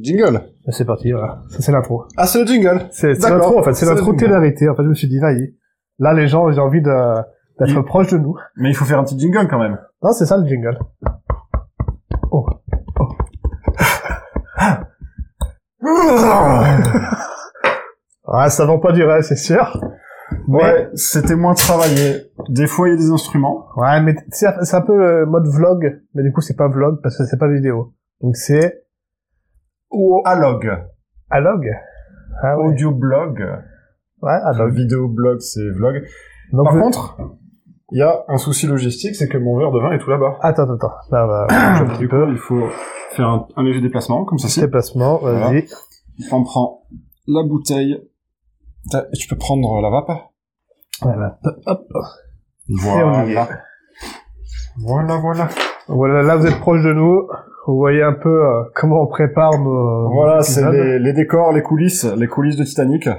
Jingle. C'est parti, voilà. Ça, c'est l'intro. Ah, c'est le jingle. C'est c'est D'accord. l'intro, en fait. C'est C'est l'intro le télé-réalité. En fait, je me suis dit, vas-y. Là, les gens, ils ont envie de- d'être Il- proches de nous. Mais il faut faire un petit jingle quand même. Non, c'est ça, le jingle. Oh. Oh. ah, ça vend pas du rêve, c'est sûr. Ouais, Ouais. c'était moins travaillé. Des fois, il y a des instruments. Ouais, mais c'est c'est un peu le mode vlog. Mais du coup, c'est pas vlog parce que c'est pas vidéo. Donc, c'est Ou alog. Alog. Ah, ouais. Audio blog. ouais, Alog. Vidéo blog, c'est vlog. Donc, Par vous- contre, il y a un souci logistique, c'est que mon verre de vin est tout là-bas. Attends, attends, attends. Là, bah, je Du coup, il faut faire un, un léger déplacement, comme ceci. Déplacement, vas-y. On prend la bouteille. T'as- Tu peux prendre la vape. Voilà. on y est. Voilà. Voilà, voilà. Voilà, là vous êtes proche de nous. Vous voyez un peu euh, comment on prépare nos. Voilà, nos c'est épisodes. les, les décors, les coulisses, les coulisses de Titanic. Là,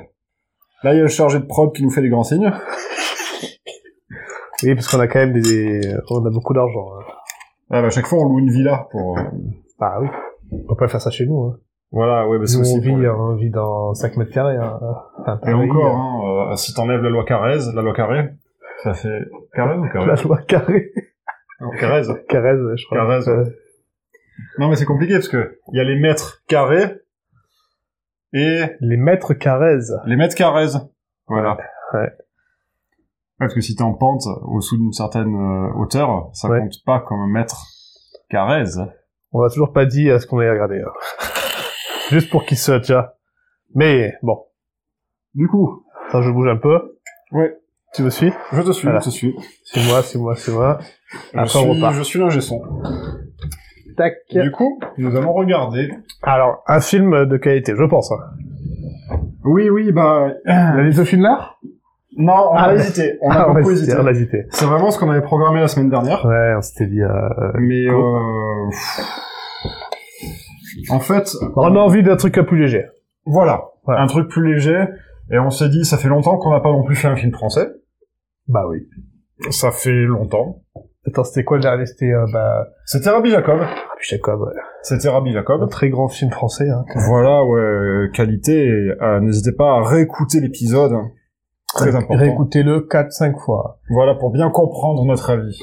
il y a le chargé de prod qui nous fait des grands signes. Oui, parce qu'on a quand même des, des- euh, on a beaucoup d'argent. hein. Ah, bah, à chaque fois, on loue une villa pour... euh, Bah oui. On peut pas faire ça chez nous. Hein. Voilà, ouais, bah, c'est Nous, aussi on vit, pour les- hein, on vit dans 5 mètres carrés. Hein. Enfin, Et Paris, encore, hein, euh, si t'enlèves la loi Carrez, la loi Carré, ça fait... Carrez ou euh, Carrez La loi carré. Non, Carrez. Carrez, je crois. Carrez, ouais. Euh, Non, mais c'est compliqué, parce que il y a les mètres carrés et les maîtres Carrez. les mètres Carrez. Voilà. Ouais. Parce que si t'es en pente, au-dessous d'une certaine euh, hauteur, ça Ouais. compte pas comme un mètre Carrez. On va toujours pas dit à ce qu'on allait regarder. hein. Juste pour qu'ils se tiens. Mais bon, Du coup, ça je bouge un peu. Ouais. Tu me suis je te suis, Voilà. je te suis. C'est moi, c'est moi, c'est moi. Après, je on suis, repart. je suis l'ingé son. Tac. Du coup, nous allons regarder. Alors, un film de qualité, je pense. hein. Oui, oui, bah. La liste de films là Non, on Ah, a ouais. hésité. On a on beaucoup a hésité. hésité, on a hésité. C'est vraiment ce qu'on avait programmé la semaine dernière. Ouais, on s'était dit... euh, Mais. Cool. euh, En fait, On a envie d'un truc un plus léger. voilà. Voilà. Un truc plus léger. Et on s'est dit, ça fait longtemps qu'on n'a pas non plus fait un film français. Bah oui. Ça fait longtemps. Attends, c'était quoi le dernier C'était... euh, bah... C'était Rabbi Jacob. Ah, puis Jacob, ouais. C'était Rabbi un Jacob. très grand film français. Hein. Voilà, ouais, euh, qualité. Et, euh, N'hésitez pas à réécouter l'épisode. Très important. Réécoutez-le 4-5 fois. Voilà, pour bien comprendre notre avis.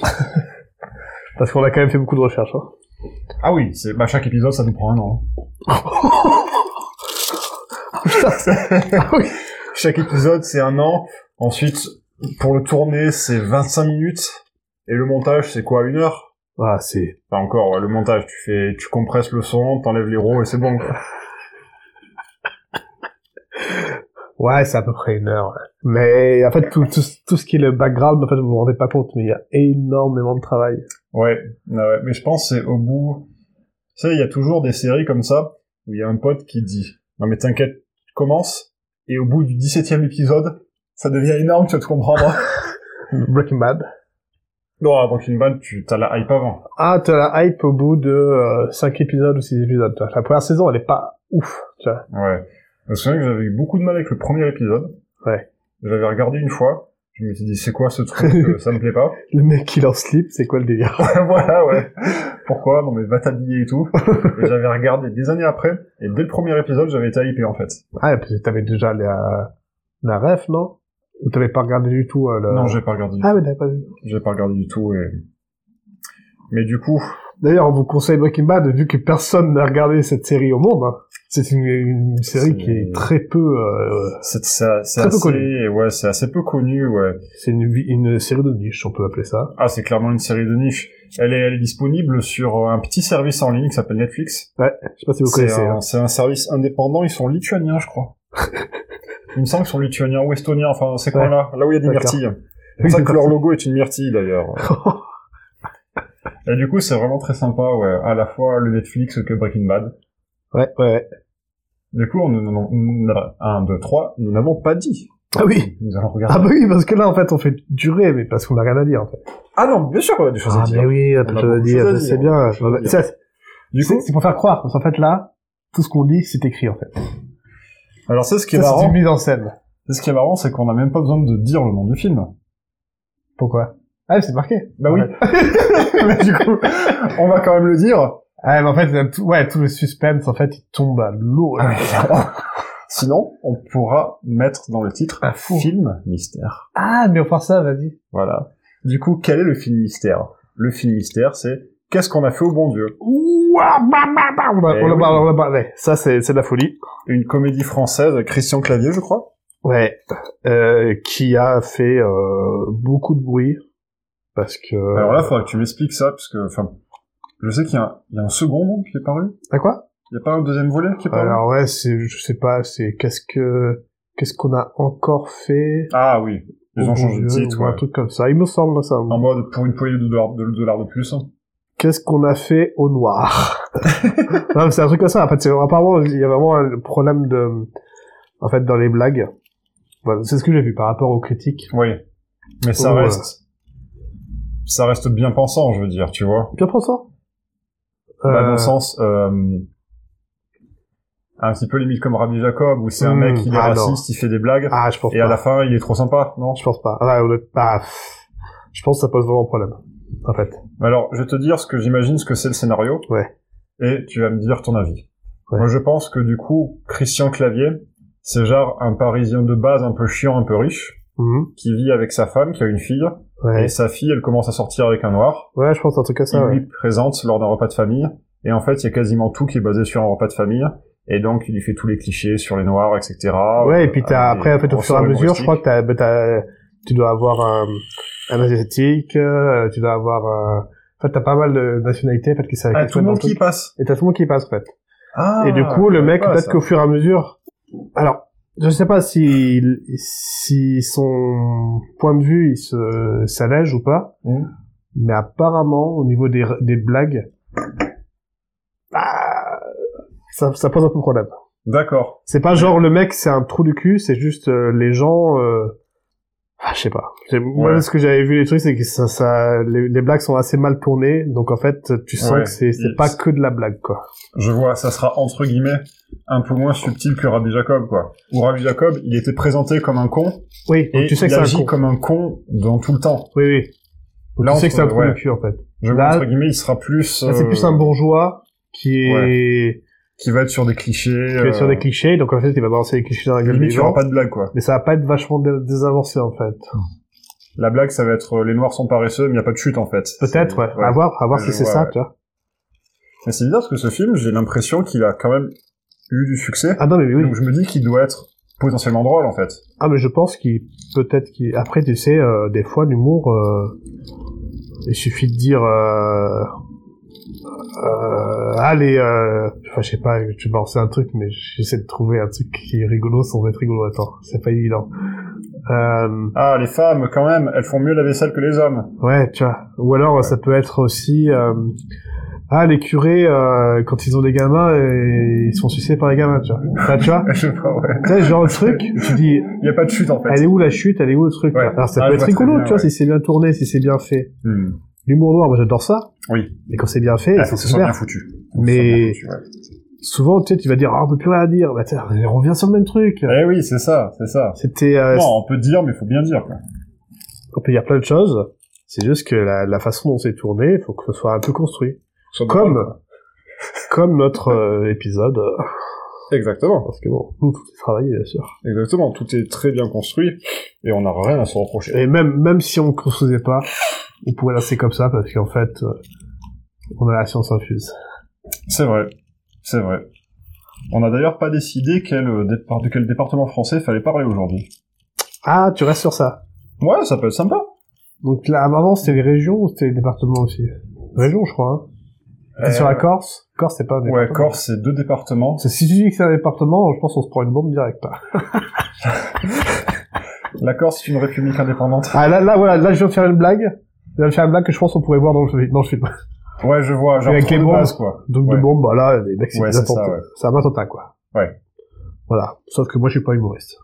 Parce qu'on a quand même fait beaucoup de recherches. Hein. Ah oui, c'est bah, chaque épisode, ça nous prend un an. Putain, c'est- Ah oui. Chaque épisode, c'est un an. Ensuite, pour le tourner, c'est 25 minutes. Et le montage, c'est quoi, une heure Ah, c'est... Enfin, encore, ouais, le montage, tu fais, tu compresses le son, t'enlèves les rows et c'est bon. quoi. Ouais, c'est à peu près une heure. ouais. Mais en fait, tout, tout, tout ce qui est le background, en fait, vous vous rendez pas compte, mais il y a énormément de travail. Ouais, ah ouais. mais je pense que c'est au bout... Tu sais, il y a toujours des séries comme ça, où il y a un pote qui dit « Non mais t'inquiète, commence, et au bout du 17ème épisode, ça devient énorme, tu vas te comprendre. Breaking Bad. » Non, avant qu'une balle, tu t'as la hype avant. Ah, t'as la hype au bout de 5 épisodes ou 6 épisodes. tu vois. La première saison, elle est pas ouf. Tu vois. Ouais. Je me souviens que j'avais eu beaucoup de mal avec le premier épisode. Ouais. J'avais regardé une fois. Je me suis dit, c'est quoi ce truc euh, Ça me plaît pas. Le mec qui est en slip, c'est quoi le délire voilà, ouais. Pourquoi Non, mais va t'habiller et tout. Et j'avais regardé des années après. Et dès le premier épisode, j'avais été hypé, en fait. Ah, parce que t'avais déjà la, la ref, non Ou t'avais pas regardé du tout euh, le... Non, j'ai pas regardé. du Ah, tout. mais t'avais pas vu. J'ai pas regardé du tout. Et... Mais du coup, D'ailleurs, on vous conseille Breaking Bad, vu que personne n'a regardé cette série au monde. hein. C'est une, une série C'est- qui est très peu... euh, c'est c'est- c'est Très peu assez, connu. ouais, c'est assez peu connu, ouais. c'est une, vi- une série de niche, on peut appeler ça. Ah, c'est clairement une série de niche. Elle est, elle est disponible sur euh, un petit service en ligne qui s'appelle Netflix. Je sais pas si vous C'est connaissez. un, hein. c'est un service indépendant, ils sont lituaniens, je crois. il me semble qu'ils sont lituaniens ou estoniens, enfin, c'est quoi Ouais. là Là où il y a des D'accord. myrtilles. C'est hein. pour ça que leur logo est une myrtille, d'ailleurs. Et du coup, c'est vraiment très sympa, ouais. À la fois le Netflix que Breaking Bad. ouais, ouais, ouais. Du coup, on, on, on, 1, 2, 3, nous n'avons pas dit. Ah oui Nous allons Ah regarder. bah oui, parce que là, en fait, on fait durer, mais parce qu'on a rien à dire, en fait. Ah non, bien sûr, il y a des choses à Ah, dire. mais oui, On a tu l'as beaucoup de dit, choses à je dire, sais on a bien. beaucoup de choses à Ouais, dire. ça, Du C'est coup, c'est pour faire croire, parce qu'en fait, là, tout ce qu'on dit, c'est écrit, en fait. alors c'est ce qui est Ça, C'est marrant. une mise en scène. C'est ce qui est marrant, c'est qu'on n'a même pas besoin de dire le nom du film. Pourquoi Ah, c'est marqué. Bah oui. Ouais. Mais du coup, on va quand même le dire. Ah, mais en fait, tout, ouais, tout le suspense, en fait, il tombe à l'eau. là. Sinon, on pourra mettre dans le titre Un fou. film mystère. Ah, mais on part ça, vas-y. Voilà. Du coup, quel est le film mystère Le film mystère, c'est qu'est-ce qu'on a fait au bon Dieu Ouah, bah, bah, bah, on a- Eh on a- oui. on a- on a- ouais, Ça, c'est c'est de la folie. Une comédie française, Christian Clavier, je crois. Ouais. Euh, qui a fait euh, beaucoup de bruit. Parce que... Alors là, faudra que tu m'expliques ça, parce que, enfin, je sais qu'il y, a un- il y a un second nom qui est paru. À quoi Il n'y a pas un deuxième volet qui est paru Alors ouais, c'est, je sais pas, c'est qu'est-ce que... Qu'est-ce qu'on a encore fait Ah oui, ils au ont bon changé de Dieu, titre, ou un ouais. truc comme ça. Il me semble ça. En mode pour une poignée de dollars de, dollars de plus. hein. Qu'est-ce qu'on a fait au noir Non, mais c'est un truc comme ça. En fait, c'est- apparemment, il y a vraiment un problème de, en fait, dans les blagues. Voilà, c'est ce que j'ai vu par rapport aux critiques. Oui. Mais ça Oh, ouais. reste. Ça reste bien pensant, je veux dire, tu vois. Bien pensant. Bah, dans Euh, le sens. euh, un petit peu limite comme Rabbi Jacob, où c'est un Hmm, mec, il est ah non. raciste, il fait des blagues, Ah, je pense et pas. à la fin, il est trop sympa, non Je pense pas. Ah, on est- ah, pff. je pense que ça pose vraiment problème. En fait. Mais Alors, je vais te dire ce que j'imagine ce que c'est le scénario. Ouais. Et tu vas me dire ton avis. Ouais. Moi, je pense que du coup, Christian Clavier, c'est genre un Parisien de base un peu chiant, un peu riche, Mhm. qui vit avec sa femme, qui a une fille, Ouais. et sa fille, elle commence à sortir avec un noir. ouais, je pense un truc comme ça. il Ouais. lui présente lors d'un repas de famille, et en fait, il y a quasiment tout qui est basé sur un repas de famille, et donc il lui fait tous les clichés sur les noirs, Euh, etc. ouais, et puis t'as, Avec des après, en fait, au fur et à ressorts mesure, je humoristiques. crois que t'as, bah, t'as- tu dois avoir un, un asiatique, euh, tu dois avoir un, en fait, t'as pas mal de nationalités, en fait, qui s'arrêtent. Ah, tout le monde qui passe. Et t'as tout le monde qui passe, en fait. Ah, et du coup, le je mec, savais pas, peut-être ça. qu'au fur et à mesure, alors, je sais pas si, si son point de vue, il se, s'allège ou pas, Mhm. mais apparemment, au niveau des, des blagues, bah, ça, ça pose un peu problème. D'accord. C'est pas genre le mec, c'est un trou du cul, c'est juste euh, les gens, euh, ah, je sais pas. C'est- Moi, Ouais. ce que j'avais vu les trucs, c'est que ça, ça, les, les blagues sont assez mal tournées, donc en fait, tu sens Ouais. que c'est, c'est Il- pas que de la blague, quoi. Je vois, ça sera entre guillemets un peu moins subtil que Rabbi Jacob, quoi. Ou Rabbi Jacob, il était présenté comme un con, Oui, donc et tu sais il que c'est un agit con. comme un con dans tout le temps. Oui, oui. Donc Là, tu sais on que c'est un se- trou ouais. du cul, en fait. Je Là- vois, entre guillemets, il sera plus... Bah, Là, c'est euh, plus un bourgeois qui est, Qui va être sur des clichés. qui est sur euh, des clichés, donc en fait, il va balancer les clichés dans la gueule des Limite, il n'y aura gens. pas de blague, quoi. Mais ça va pas être vachement dé- désavancé, en fait. La blague, ça va être euh, les noirs sont paresseux, mais il n'y a pas de chute, en fait. Peut-être, C'est- ouais. À voir, à voir Je si c'est vois, ça, ouais. tu vois. Mais c'est bizarre, parce que ce film, j'ai l'impression qu'il a quand même eu du succès. Ah non, mais oui. Donc je me dis qu'il doit être potentiellement drôle, en fait. Ah, mais je pense qu'il, peut-être qu'il, après, tu sais, euh, des fois, l'humour, euh, il suffit de dire, euh, euh, allez, euh, enfin, je sais pas, tu balances un truc, mais j'essaie de trouver un truc qui est rigolo sans être rigolo. Attends, c'est pas évident. Euh, Ah, les femmes, quand même, elles font mieux la vaisselle que les hommes. Ouais, tu vois. Ou alors, ça peut être aussi... euh, Ah, les curés, euh, quand ils ont des gamins, euh, ils sont sucés par les gamins, tu vois. Enfin, tu vois je vois, ouais. Tu sais, genre le truc, tu dis, Il n'y a pas de chute, en fait. elle est où la chute, elle est où le truc Ouais. Alors, ça Ah, peut je être vois très rigolo, bien, tu vois, ouais. si c'est bien tourné, si c'est bien fait. Hmm. L'humour noir, moi, j'adore ça. Oui. Mais quand c'est bien fait, Ah, faut c'est que ce soit bien super. foutu. Faut Mais- que ce soit bien foutu, Souvent, tu sais, tu vas dire, ah, on peut plus rien dire. Bah, tiens, on revient sur le même truc. ouais. Eh oui, c'est ça, c'est ça. C'était... euh, Non, on peut dire, mais faut bien dire. Quoi. on peut dire plein de choses. C'est juste que la, la façon dont c'est tourné, il faut que ce soit un peu construit. Soit Comme- drôle, quoi. Comme notre euh, épisode... euh, Exactement, Parce que bon, nous, tout est travaillé, bien sûr. exactement. Tout est très bien construit et on n'a rien à se reprocher. Et même, même si on ne construisait pas, on pourrait lancer comme ça, parce qu'en fait, euh, on a la science infuse. C'est vrai, c'est vrai. On n'a d'ailleurs pas décidé quel, euh, départ, de quel département français fallait parler aujourd'hui. Ah, tu restes sur ça. Ouais, ça peut être sympa. Donc là, avant, c'était les régions ou c'était les départements aussi Régions, je crois. Hein. T'es Euh, sur la Corse Corse, c'est pas un Ouais, département. Corse, c'est deux départements. Parce que Si tu dis que c'est un département, je pense qu'on se prend une bombe directe. là. La Corse, c'est une république indépendante. Ah, là, là, voilà, là, je viens de faire une blague. Je viens de faire une blague que je pense qu'on pourrait voir dans le, dans le film. Ouais, je vois, genre Ah. Avec trop les de bombes. base, quoi. Donc, Ouais. de bombe, bah là, les mecs, c'est Ouais, des c'est attentats. ça, ouais. C'est un attentat, quoi. Ouais. Voilà. Sauf que moi, je suis pas humoriste.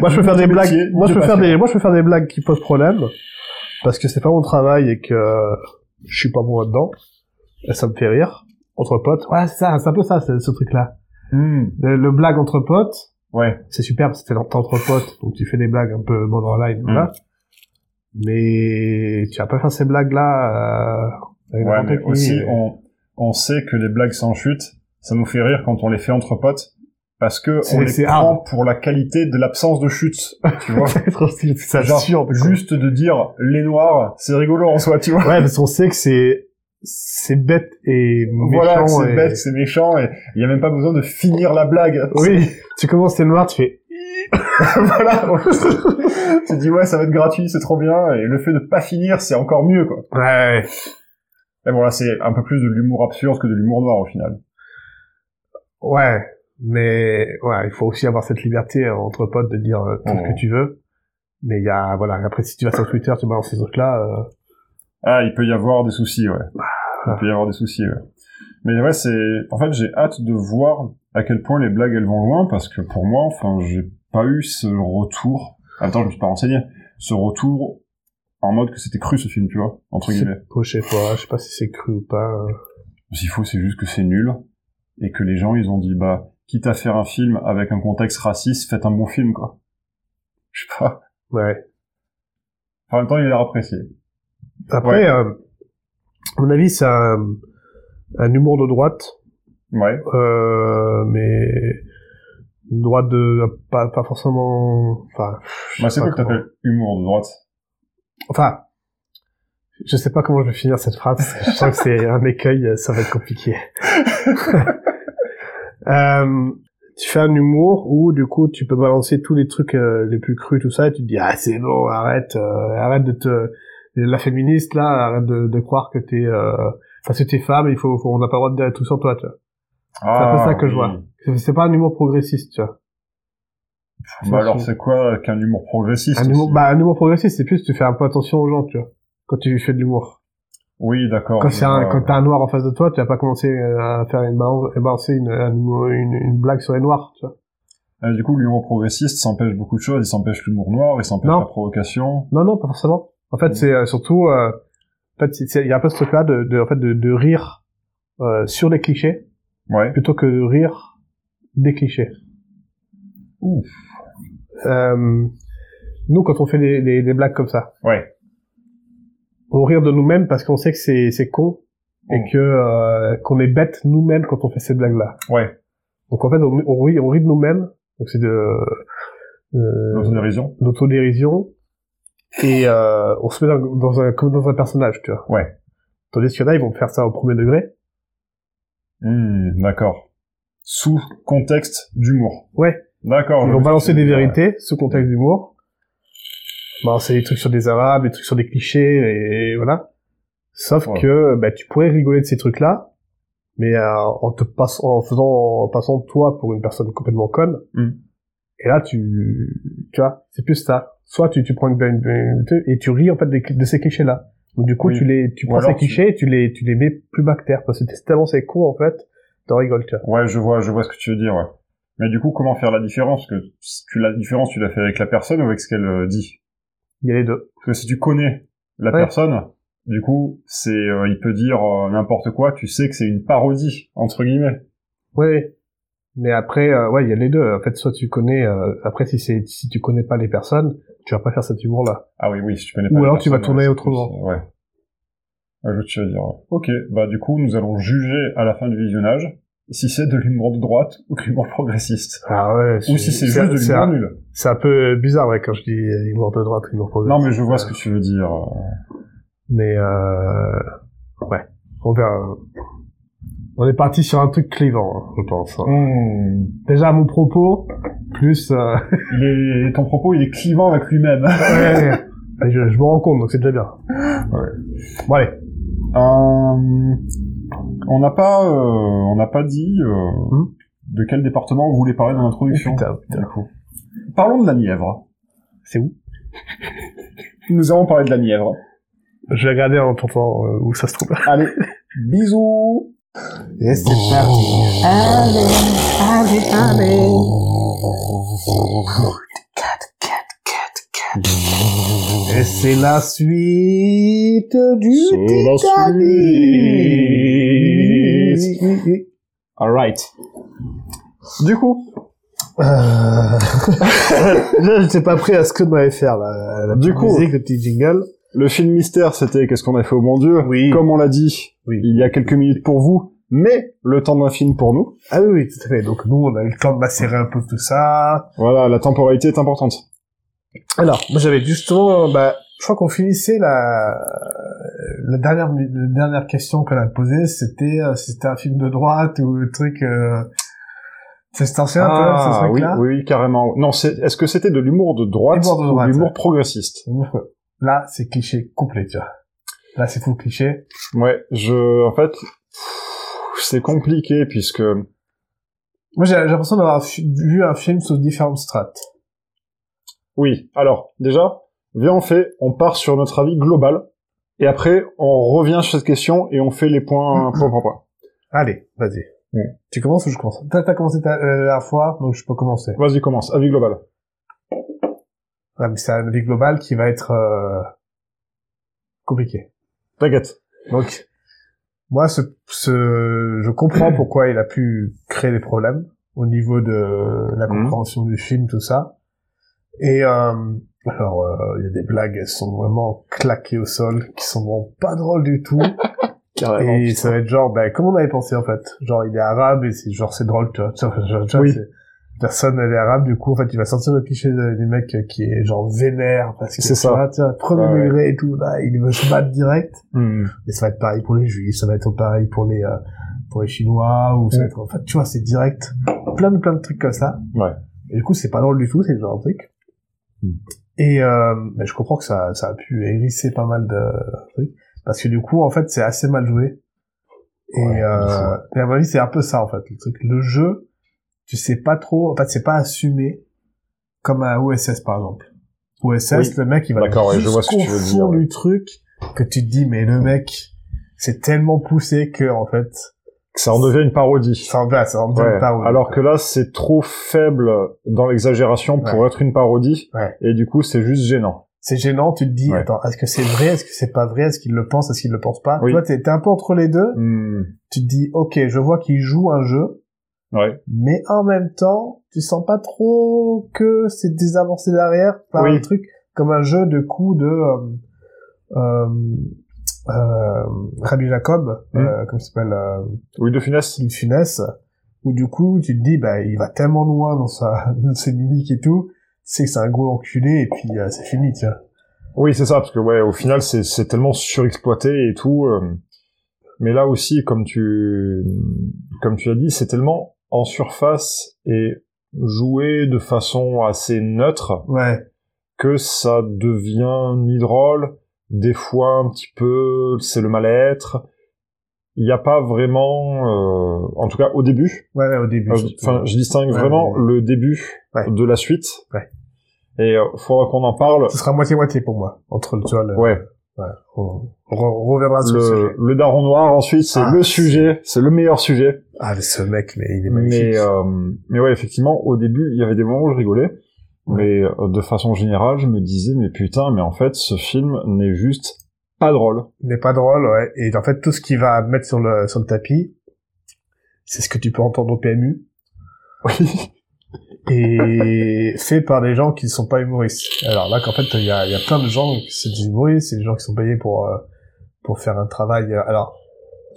moi, je peux faire des blagues. métier, moi, je de peux faire passion. des, moi, je peux faire des blagues qui posent problème. Parce que c'est pas mon travail et que je suis pas bon là-dedans. Et ça me fait rire. Entre potes. Ouais, c'est ça, c'est un peu ça, ce, ce truc-là. Hmm, Le, le blague entre potes, Ouais, Mm. c'est super parce que t'es entre potes. Donc, tu fais des blagues un peu borderline. Voilà. Mais tu vas pas faire ces blagues-là. Euh, avec Ouais, n'importe mais qui, aussi, et- on, on sait que les blagues sans chute, ça nous fait rire quand on les fait entre potes, parce que C'est- on les c'est prend hard. pour la qualité de l'absence de chute, tu vois. C'est trop stylé, c'est ça Genre, sûr. Juste de dire les noirs, c'est rigolo en soi, tu vois. Ouais, parce qu'on sait que c'est c'est bête et voilà, méchant. c'est et- bête, c'est méchant, et il y a même pas besoin de finir la blague. Oui, tu commences tes noirs, tu fais. voilà. tu dis ouais, ça va être gratuit, c'est trop bien, et le fait de pas finir, c'est encore mieux, quoi. Ouais. Mais bon, là, c'est un peu plus de l'humour absurde que de l'humour noir, au final. Ouais, mais ouais, il faut aussi avoir cette liberté euh, entre potes de dire euh, tout ce Oh. que tu veux. Mais il y a voilà, après si tu vas sur Twitter, tu balances ces trucs-là. euh, Ah, il peut y avoir des soucis, ouais. Il peut y avoir des soucis, ouais. Mais ouais, c'est... En fait, j'ai hâte de voir à quel point les blagues, elles vont loin, parce que pour moi, enfin, j'ai pas eu ce retour... Attends, je me suis pas renseigné. Ce retour en mode que c'était cru, ce film, tu vois, entre guillemets. c'est poché quoi. Je sais pas si c'est cru ou pas. euh. S'il faut, c'est juste que c'est nul, et que les gens, ils ont dit, bah, quitte à faire un film avec un contexte raciste, faites un bon film, quoi. Je sais pas. Ouais. En même temps, il a l'air apprécié. Après, euh, à mon avis, c'est un, un humour de droite, Ouais. euh, mais une droite de pas pas forcément. Enfin, Bah, c'est pas quoi que comment. t'appelles humour de droite Enfin, je sais pas comment je vais finir cette phrase. parce que Je sens que c'est un écueil, euh, ça va être compliqué. Euh, tu fais un humour où du coup tu peux balancer tous les trucs euh, les plus crus, tout ça, et tu te dis ah c'est bon, arrête, euh, arrête de te la féministe là, arrête de, de croire que t'es euh... enfin c'est tes femmes, il faut, faut- on n'a pas le droit de dire tout sur toi, tu vois. un Ah, peu ça que je vois. C'est- C'est pas un humour progressiste, tu vois. Bah alors c'est quoi qu'un humour progressiste Un humour, aussi bah, un humour progressiste, c'est plus tu fais un peu attention aux gens, tu vois, quand tu fais de l'humour. Oui d'accord. euh, Quand je c'est un, vois. quand t'as un noir en face de toi, tu vas pas commencer euh, à faire une balance, à balancer une, un humour- une, une blague sur les noirs, tu vois. Euh, du coup l'humour progressiste s'empêche beaucoup de choses, il s'empêche l'humour noir, il s'empêche Non. la provocation. Non, non, pas forcément. En Mm. fait, c'est euh, surtout, euh, en fait, c'est- c'est- il y a un peu ce truc-là de, de, en fait, de, de rire euh, sur les clichés Ouais. plutôt que de rire des clichés. Ouf. Euh, nous, quand on fait des, des, des blagues comme ça, Ouais. on rire de nous-mêmes parce qu'on sait que c'est, c'est con et Mm. que euh, qu'on est bête nous-mêmes quand on fait ces blagues-là. Ouais. Donc en fait, on, on, rit, on rit de nous-mêmes. Donc c'est de, de L'autodérision. d'autodérision et euh, on se met dans, dans un comme dans un personnage, tu vois. Ouais. Tandis qu'il y en a, ils vont faire ça au premier degré. Hmm, d'accord. Sous contexte d'humour. Ouais. D'accord. Ils je vont vois ce balancer que tu des veux dire, ouais. vérités sous contexte d'humour. Balancer des trucs sur des arabes, des trucs sur des clichés et, voilà. Sauf Ouais. que bah, tu pourrais rigoler de ces trucs-là, mais euh, en te passant, en faisant, en passant toi pour une personne complètement conne. Mm. Et là, tu, tu vois, c'est plus ça. Soit tu, tu prends une, une- une- une- et tu ris en fait des cli- de ces clichés-là. Donc du coup, Oui. tu les, tu Ou prends ces alors tu- clichés, et tu les, tu les mets plus bas que terre parce que t'es tellement c'est con en fait, t'en rigoles. Tu vois. Ouais, je vois, je vois ce que tu veux dire. Ouais. Mais du coup, comment faire la différence Parce que tu- la différence, tu l'as fait avec la personne ou avec ce qu'elle euh, dit Il y a les deux. Parce que si tu connais la Ouais. personne, du coup, c'est, euh, il peut dire euh, n'importe quoi, tu sais que c'est une parodie, entre guillemets. Ouais. Mais après, euh, ouais, il y a les deux. En fait, soit tu connais. euh, après, si c'est si tu connais pas les personnes, tu vas pas faire cet humour-là. Ah oui, oui, si tu connais Ou pas la alors tu vas personne, tourner ouais, c'est autrement. plus, euh, Ouais. Je vois ce que tu veux dire. ouais. Ok, bah du coup, nous allons juger à la fin du visionnage si c'est de l'humour de droite ou de l'humour progressiste. Ah ouais. Ou si c'est juste de c'est l'humour un, nul. c'est un peu bizarre ouais, quand je dis euh, humour de droite, humour progressiste. Non, mais je vois ce que tu veux dire. Mais euh, ouais, on verra. On est parti sur un truc clivant, hein, je pense. hein. Hmm. Déjà mon propos, plus. euh, Il est- ton propos, il est clivant avec lui-même. Euh, ouais, mais je, je me rends compte, donc c'est déjà bien. Bon allez. Euh, on n'a pas, euh, on n'a pas dit euh, Hmm. Oh, de quel département on voulait parler dans l'introduction. Putain, Du coup. Parlons de la Nièvre. c'est où Nous avons parlé de la Nièvre. Je vais regarder en temps où ça se trouve. Allez, bisous. Et c'est parti. Allez, allez, allez. Et c'est la suite du C'est la Titanic. All right. Du coup, Euh... Déjà, j'étais pas prêt à ce que m'avait faire la, la Du petite coup- musique, le petit jingle. Le film mystère, c'était Qu'est-ce qu'on a fait au bon Dieu Oui. Comme on l'a dit, Oui. il y a quelques minutes pour vous, mais le temps d'un film pour nous. Ah oui, oui, tout à fait. Donc nous, on a eu le temps de macérer un peu tout ça. Voilà, la temporalité est importante. Alors, moi j'avais justement, bah, je crois qu'on finissait la, la dernière, mu- la dernière question qu'on a posée, c'était, euh, si c'était un film de droite ou le truc, euh, c'est c'est ancien, un peu, hein, ce Ah, oui, truc-là. oui, oui, carrément. Non, c'est- est-ce que c'était de l'humour de droite L'humour de ou droite, de l'humour ouais. progressiste Là, c'est cliché complet, tu vois. Là, c'est full cliché. Ouais, je, en fait, pff, c'est compliqué puisque Moi, j'ai j'ai l'impression d'avoir fi- vu un film sous différentes strates. Oui, alors déjà, viens on fait, on part sur notre avis global, et après on revient sur cette question et on fait les points point par point. Allez, vas-y. Ouais. Tu commences ou je commence T'as t'as commencé ta, euh, la dernière fois, donc je peux commencer. Vas-y, commence, avis global. Ouais, mais c'est un avis global qui va être euh, compliqué. T'inquiète. Donc, moi, ce, ce, je comprends pourquoi il a pu créer des problèmes au niveau de la Mhm. compréhension du film, tout ça. Et euh, alors, euh, il y a des blagues, elles sont vraiment claquées au sol, qui sont vraiment pas drôles du tout. Carrément. et ça va être genre, ben, comme on avait pensé en fait. Genre, il est arabe et c'est genre, c'est drôle, tu vois. Tu vois, tu vois, tu vois, Oui. c'est- Personne elle est arabe, du coup, en fait, il va sortir le cliché de- du mec qui est genre vénère parce que C'est ça. tu vois, tu vois, premier Ouais, ouais. degré et tout là, il veut se battre direct. Hmm. Et ça va être pareil pour les juifs, ça va être pareil pour les euh, pour les chinois ou ça va être en fait, tu vois, c'est direct, plein de plein de trucs comme ça. Ouais. Et du coup, c'est pas drôle du tout, c'est le genre de truc. Mm. Et euh, ben, je comprends que ça ça a pu hérisser pas mal de trucs parce que du coup, en fait, c'est assez mal joué. Et, Ouais, euh, de fou. et à mon avis, c'est un peu ça en fait le truc. Le jeu, tu sais pas trop, en fait, c'est pas assumé comme un OSS par exemple. OSS, Oui. le mec, il va D'accord, ouais, je vois ce que tu veux jusqu'au dire, fond ouais. du truc que tu te dis mais le mec c'est tellement poussé que en fait Ça en devient une parodie. ça en va ça en donne Ouais. pas ouais. Alors que là, c'est trop faible dans l'exagération pour être une parodie, Ouais. et du coup, c'est juste gênant. c'est gênant tu te dis Ouais. attends est-ce que c'est vrai est-ce que c'est pas vrai est-ce qu'il le pense est-ce qu'il le pense pas Oui. tu vois t'es t'es un peu entre les deux Hmm. tu te dis ok je vois qu'il joue un jeu Ouais. mais en même temps tu sens pas trop que c'est des avancées derrière par Oui. un truc comme un jeu de coups de euh, euh, euh, Rabbi Jacob Mm. euh, comme il s'appelle euh, Oui, de finesse. une finesse où du coup tu te dis bah il va tellement loin dans sa dans ses mimiques et tout tu sais que c'est un gros enculé et puis euh, c'est fini tu vois Oui, c'est ça, parce que ouais, au final, c'est c'est tellement surexploité et tout. euh, mais là aussi, comme tu comme tu as dit, c'est tellement en surface et joué de façon assez neutre ouais que ça devient ni drôle, des fois un petit peu, c'est le mal-être. Il n'y a pas vraiment, euh, en tout cas au début, ouais, ouais, au début euh, surtout. enfin, je distingue Ouais, vraiment ouais, ouais. le début Ouais. de la suite. Ouais. Et euh, faudra qu'on en parle. ce sera moitié moitié pour moi entre le tu vois le- Ouais. on, on re- reviendra Euh, sur le le, sujet le daron noir ensuite c'est Ah, le c'est- sujet c'est le meilleur sujet ah mais ce mec mais il est magnifique mais euh, mais ouais effectivement au début il y avait des moments où je rigolais mais euh, de façon générale je me disais mais putain mais en fait ce film n'est juste pas drôle il n'est pas drôle ouais et en fait tout ce qu'il va mettre sur le sur le tapis c'est ce que tu peux entendre au PMU oui et fait par des gens qui ne sont pas humoristes. Alors là, qu'en fait, il y a, il y a plein de gens qui sont des humoristes, c'est des gens qui sont payés pour euh, pour faire un travail. euh, Alors,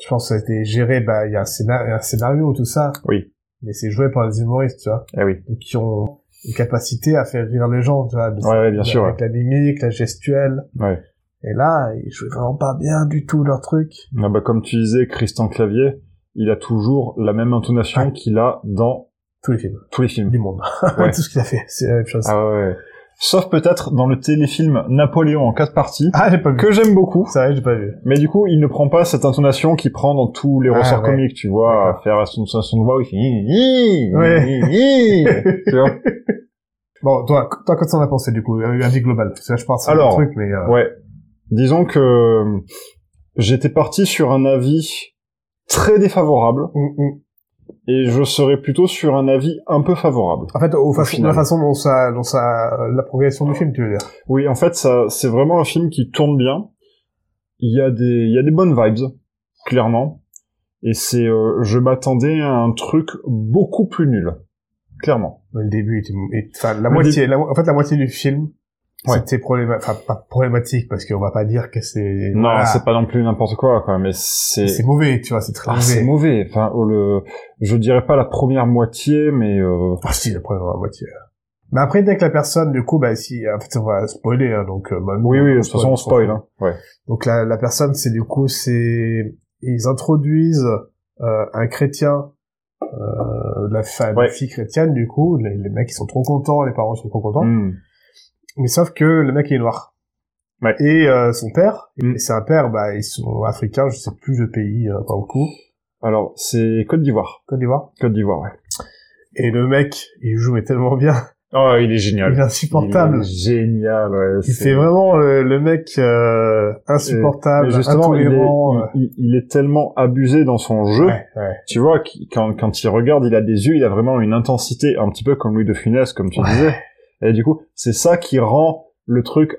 je pense que ça a été géré, bah, il y a un, scénar- un scénario, tout ça. Oui. Mais c'est joué par des humoristes, tu vois, eh oui donc qui ont une capacité à faire rire les gens, tu vois, de- ouais, ouais, bien sûr ouais. avec la mimique, la gestuelle. Ouais. Et là, ils jouaient vraiment pas bien du tout leur truc. Ah bah, comme tu disais Christian Clavier il a toujours la même intonation Ouais. qu'il a dans Tous les films tous les films du monde, Ouais. tout ce qu'il a fait, c'est la même chose. Ah, ah ouais, ouais. sauf peut-être dans le téléfilm Napoléon en quatre parties Ah, j'ai pas vu. que j'aime beaucoup C'est vrai, j'ai pas vu. Mais du coup, il ne prend pas cette intonation qu'il prend dans tous les Ah, ressorts ouais. comiques, tu vois, à faire son, son, son voix où il fait Hi, hi, hi, Ouais. hi, hi tu vois. Bon, toi, toi, qu'est-ce qu'on a pensé du coup euh, Un avis global. Parce que là, je pense Alors, un truc, mais euh, Ouais. Disons que euh, j'étais parti sur un avis très défavorable mm, mm. et je serais plutôt sur un avis un peu favorable. en fait, au façon, final. Ah. la façon dont ça, dont ça, euh, la progression du film, tu veux dire Oui, en fait, ça, c'est vraiment un film qui tourne bien. Il y a des, il y a des bonnes vibes, clairement. Et c'est, euh, je m'attendais à un truc beaucoup plus nul. Clairement. Le début était, et- enfin, la Le moitié, la mo- en fait, la moitié du film, Ouais. c'était problématique, enfin, pas problématique, parce qu'on va pas dire que c'est, Non, voilà. c'est pas non plus n'importe quoi, quoi, mais c'est... Ah. c'est mauvais, tu vois, c'est très Ah, c'est mauvais. mauvais. Enfin, oh, le... je dirais pas la première moitié, mais euh, Ah si, la première moitié. Mais après, dès que la personne, du coup, bah, si, en fait, on va spoiler, hein, donc, euh, bah, oui, oui, de on toute façon, on spoil. Hein. Ouais. Donc la, la personne, c'est du coup, c'est ils introduisent euh, un chrétien, euh, la, fa- la Ouais. fille chrétienne, du coup, les, les mecs ils sont trop contents, les parents sont trop contents, Mm. mais sauf que le mec il est noir. Ouais. Et euh, son père, Mm. et c'est un père, bah ils sont africains, je sais plus le pays euh, par le coup, Alors, c'est Côte d'Ivoire. Côte d'Ivoire. Côte d'Ivoire, ouais. Et le mec, il joue mais tellement bien, Oh, il est génial. il est Il insupportable. est génial, ouais. Il c'est- fait vraiment le, le mec euh, insupportable, Mais justement, il est, intolérant. euh. il, il- il est tellement abusé dans son jeu, Ouais, ouais. tu vois, qu'il- quand, quand il regarde, il a des yeux, il a vraiment une intensité, un petit peu comme Louis de Funès, comme tu Ouais. disais. Et du coup, c'est ça qui rend le truc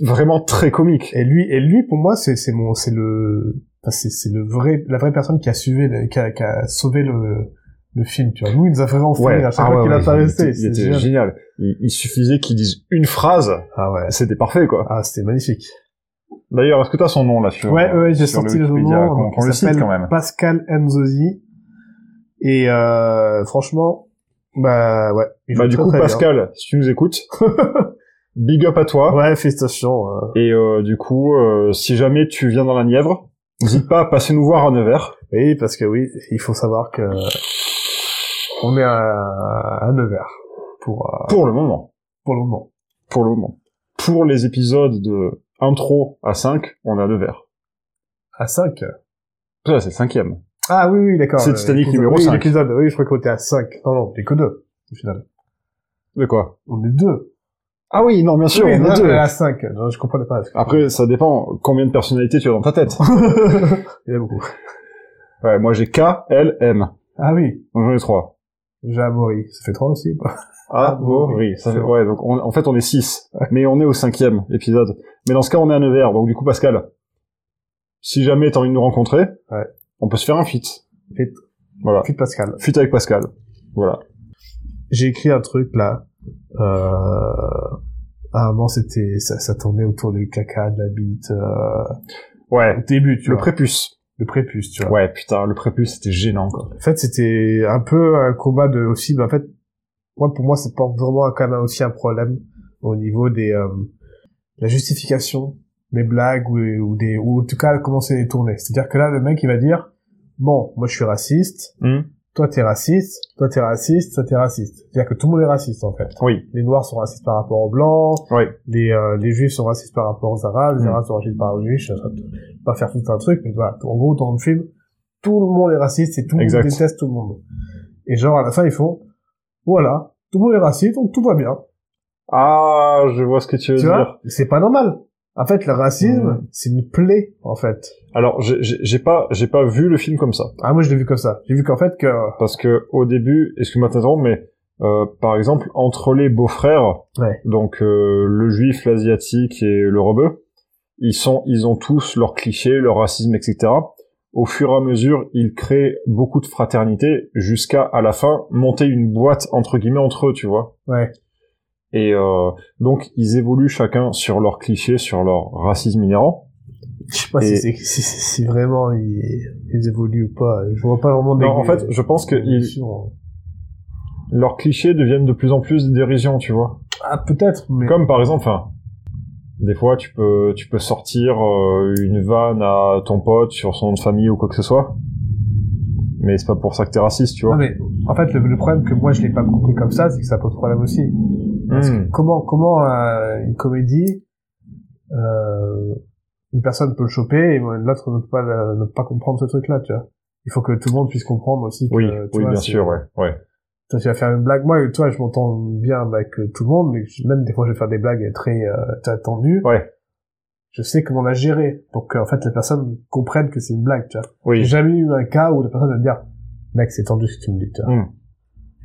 vraiment très comique. Et lui, et lui, pour moi, c'est c'est mon, c'est le, enfin, c'est c'est le vrai, la vraie personne qui a suivi, le- qui a, qui a sauvé le, le film. Tu vois, nous, il nous a vraiment enfoiré à Ah chaque fois ouais, qu'il ouais, apparaissait. il était, il c'est était génial. génial. Il, il suffisait qu'il dise une phrase, bah, Ah ouais. c'était parfait, quoi. Ah, c'était magnifique. D'ailleurs, est-ce que t'as son nom, là, sur, euh, ouais, ouais, j'ai sur sorti le Wikipédia, nom. qu'on- donc, qu'on il le cite, s'appelle quand même. Pascal Nzozi. Et euh, franchement, bah ouais. il Bah, joue du très, coup, très bien. Pascal, si tu nous écoutes, big up à toi. Ouais, félicitations. euh. Et euh, du coup, euh, si jamais tu viens dans la Nièvre, n'hésite pas à passer nous voir à Nevers. Oui, parce que oui, il faut savoir que on est à, à Nevers pour euh, Pour le moment. pour le moment. Pour le moment. Pour les épisodes de intro à 5, on est à Nevers. À 5 Ça, c'est le cinquième. Ah oui, oui, d'accord. C'est Euh, Titanic l'épisode- numéro oui, cinq. l'épisode, oui, je crois qu'on était à 5. Non, non, on est que 2, au final. De quoi On est 2. Ah oui, non, bien sûr, oui, on là, est on est deux. à 5. Non, je comprenais pas. Après, ça dépend combien de personnalités tu as dans ta tête. Il y en a beaucoup. ouais, moi j'ai K, L, M. Ah oui, Donc j'en ai trois. j'ai Amaury. Ça fait 3 aussi ou pas Ah, bon, oui. Ça fait, ouais, donc on- en fait on est six. mais on est au cinquième épisode. Mais dans ce cas, on est à Nevers. Donc du coup, Pascal, si jamais t'as envie de nous rencontrer, Ouais. on peut se faire un feat. Feat. Voilà. Puis Pascal. Fuite avec Pascal. Voilà. J'ai écrit un truc, là. Euh... Ah non, c'était... Ça, ça tournait autour du caca, de la bite... Euh... Ouais. Au début, tu le vois. prépuce. le prépuce, tu vois. Ouais, putain, le prépuce, c'était gênant, quoi. En fait, c'était un peu un combat de aussi. bah, en fait, moi pour moi, c'est pas vraiment quand même aussi un problème au niveau des euh, la justification des blagues ou, ou des ou en tout cas comment c'est détourné. C'est-à-dire que là, le mec, il va dire bon, moi je suis raciste, Hum. toi t'es raciste, toi t'es raciste, toi t'es raciste. C'est-à-dire que tout le monde est raciste en fait. Oui. Les noirs sont racistes par rapport aux blancs, Oui. les euh, les juifs sont racistes par rapport aux arabes, les Mm. arabes sont racistes par rapport aux juifs. Je vais pas faire tout un truc, mais voilà. En gros, dans le film, tout le monde est raciste et tout le Exact. monde déteste tout le monde. Et genre à la fin, ils font voilà, tout le monde est raciste, donc tout va bien. Ah, je vois ce que tu veux Tu dire. vois C'est pas normal. En fait, le racisme, Mm. c'est une plaie en fait. Alors, j'ai- j'ai j'ai pas, j'ai pas vu le film comme ça. Ah moi, je l'ai vu comme ça. J'ai vu qu'en fait que Parce que, au début, excuse-moi de t'interrompre, mais, euh, par exemple, entre les beaux-frères, Ouais. donc, euh, le juif, l'asiatique et le rebeu, ils sont, ils ont tous leurs clichés, leur racisme, etc. Au fur et à mesure, ils créent beaucoup de fraternité jusqu'à, à la fin, monter une boîte, entre guillemets, entre eux, tu vois. ouais, Et euh, donc, ils évoluent chacun sur leurs clichés, sur leur racisme inhérent. je sais pas Et- si, c'est- si, si- si vraiment ils, ils évoluent ou pas. Je vois pas vraiment. hein. Non, en fait, je pense que ils- leurs clichés deviennent de plus en plus des dérisions, tu vois. ah peut-être, mais Comme par exemple, enfin, des fois, tu peux, tu peux sortir euh, une vanne à ton pote sur son nom de famille ou quoi que ce soit. Mais c'est pas pour ça que t'es raciste, tu Non vois. mais en fait le, le problème que moi je l'ai pas compris comme ça, c'est que ça pose problème aussi. Parce que Hmm. comment comment euh, une comédie, euh, une personne peut le choper et l'autre ne peut pas la- ne peut pas comprendre ce truc-là, tu vois. Il faut que tout le monde puisse comprendre aussi. Que, Oui, tu oui, vois, bien euh, c'est- sûr, ouais, ouais. Toi, tu vas faire une blague, moi, toi, je m'entends bien avec euh, tout le monde, mais je- même des fois, je vais faire des blagues très euh, très tendues. Ouais. Je sais comment la gérer pour qu'en fait la personne comprenne que c'est une blague, tu vois. J'ai Oui. jamais eu un cas où la personne va me dire, mec, c'est tendu ce que tu me dis, tu vois. Hmm.